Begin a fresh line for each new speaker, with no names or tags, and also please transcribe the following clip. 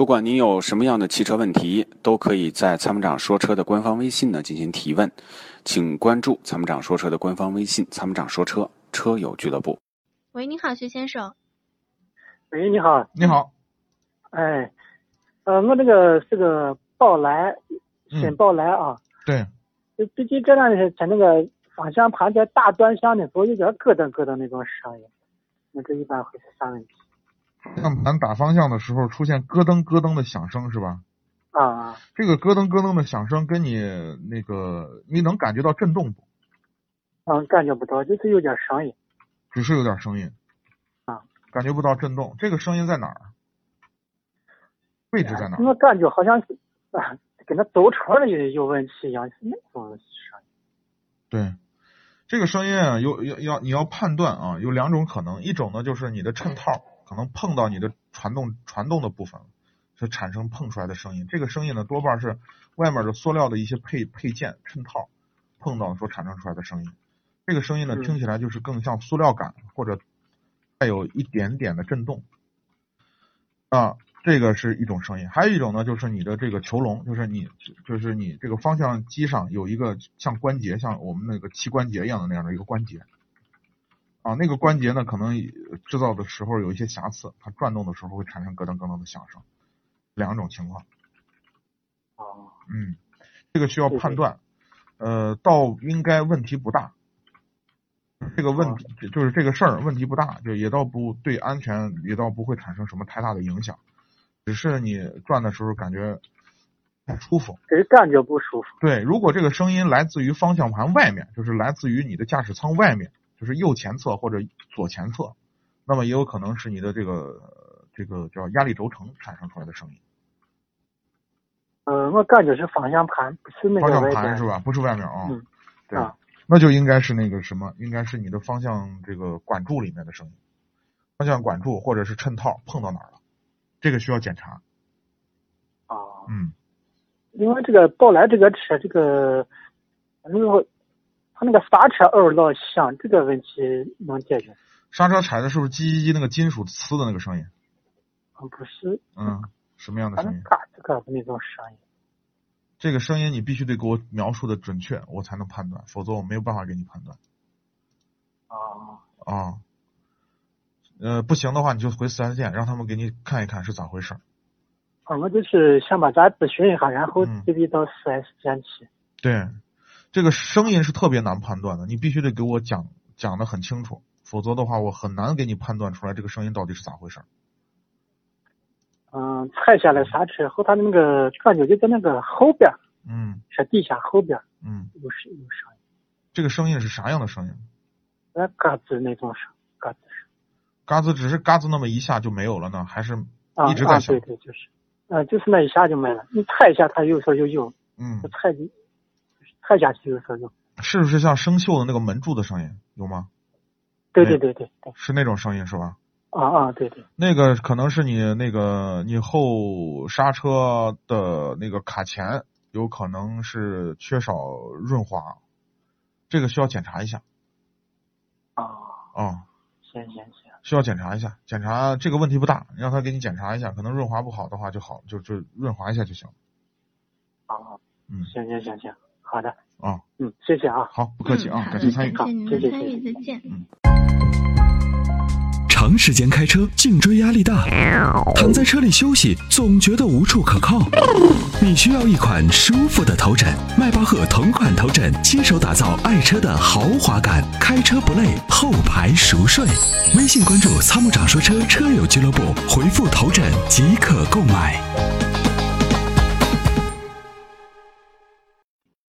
不管您有什么样的汽车问题，都可以在参谋长说车的官方微信呢进行提问，请关注参谋长说车的官方微信“参谋长说车车友俱乐部
喂，你好，徐先生。
喂，你好，
你好，
哎，呃，我这个是个宝来，
嗯
选，宝来啊，
对，
就最近这两天它那个方向盘在打转向的时候有点咯噔咯噔那种声音，那这一般会是啥问题？
像盘打方向的时候出现咯噔咯噔的响声是吧？
啊，
这个咯噔咯噔的响声跟你那个，你能感觉到震动不？
嗯，感觉不到，就是有点声音。
只是有点声音，
啊，
感觉不到震动。这个声音在哪儿？位置在哪儿？
我感觉好像是啊，跟那走车的有有问题一样，是那种声音。
对，这个声音啊，有要要你要判断啊，有两种可能，一种呢就是你的衬套可能碰到你的传动传动的部分，是产生碰出来的声音。这个声音呢，多半是外面的塑料的一些配配件衬套碰到所产生出来的声音。这个声音呢，
嗯
听起来就是更像塑料感，或者带有一点点的震动。啊，这个是一种声音，还有一种呢，就是你的这个球笼，就是你就是你这个方向机上有一个像关节，像我们那个膝关节一样的那样的一个关节。啊，那个关节呢，可能制造的时候有一些瑕疵，它转动的时候会产生咯噔咯噔的响声，两种情况。
哦，
嗯，这个需要
对对
判断，呃，倒应该问题不大。这个问
哦
题就是这个事儿问题不大，就也倒不对安全也倒不会产生什么太大的影响，只是你转的时候感觉不舒服。
只是感觉不舒服。
对，如果这个声音来自于方向盘外面，就是来自于你的驾驶舱外面，就是右前侧或者左前侧，那么也有可能是你的这个这个叫压力轴承产生出来的声音。
呃，我感觉是方向盘，不是那
方
个
向
外
盘
边
是吧？不是外面啊。
嗯
对
啊
那就应该是那个什么，应该是你的方向这个管柱里面的声音，方向管柱或者是衬套碰到哪儿了，这个需要检查。
哦，
嗯，
因为这个宝来这个车，这个那个它那个刹车耳老响，这个问题能解决？
刹车踩的是不是叽叽叽那个金属呲的那个声音？
嗯，不是，
嗯，什么样的
反
声
正
音？
嘎吱嘎吱那种声音。
这个声音你必须得给我描述的准确，我才能判断，否则我没有办法给你判断
哦，
啊。呃，不行的话，你就回四 S 店，让他们给你看一看是咋回事儿。
我们就是想把咱咨询一下，然后
嗯
对比到四 S 店去。
对，这个声音是特别难判断的，你必须得给我讲讲的很清楚，否则的话我很难给你判断出来这个声音到底是咋回事儿。
嗯，踩下来刹车后，它那个感觉就在那个后边儿
嗯
车底下后边儿
嗯，
有声有声音，
这个声音是啥样的声音？
那嘎吱那种声，嘎吱声。
嘎吱只是嘎吱那么一下就没有了呢，还是
啊
一直在
啊，
响？
对对，就是，嗯，就是那一下就没了。你踩一下，它有时候就有；
嗯
就，踩进，踩下去有时候有。
是不是像生锈的那个门柱的声音？有吗？
对
没有
对对对对，
是那种声音是吧？
啊啊对对，
那个可能是你那个你后刹车的那个卡钳有可能是缺少润滑，这个需要检查一下
啊，
啊。
行行行，
需要检查一下，检查这个问题不大，让他给你检查一下，可能润滑不好的话就好，就就润滑一下就行。
啊，
嗯
行行行行，好的，
啊，
嗯，谢谢啊。
好，不客气啊，
嗯好的
感谢参与。
感谢您的
谢谢
参与，再见。
长时间开车，颈椎压力大，躺在车里休息，总觉得无处可靠。你需要一款舒服的头枕，迈巴赫同款头枕，亲手打造爱车的豪华感，开车不累，后排熟睡。微信关注“参谋长说车”车友俱乐部，回复“头枕”即可购买。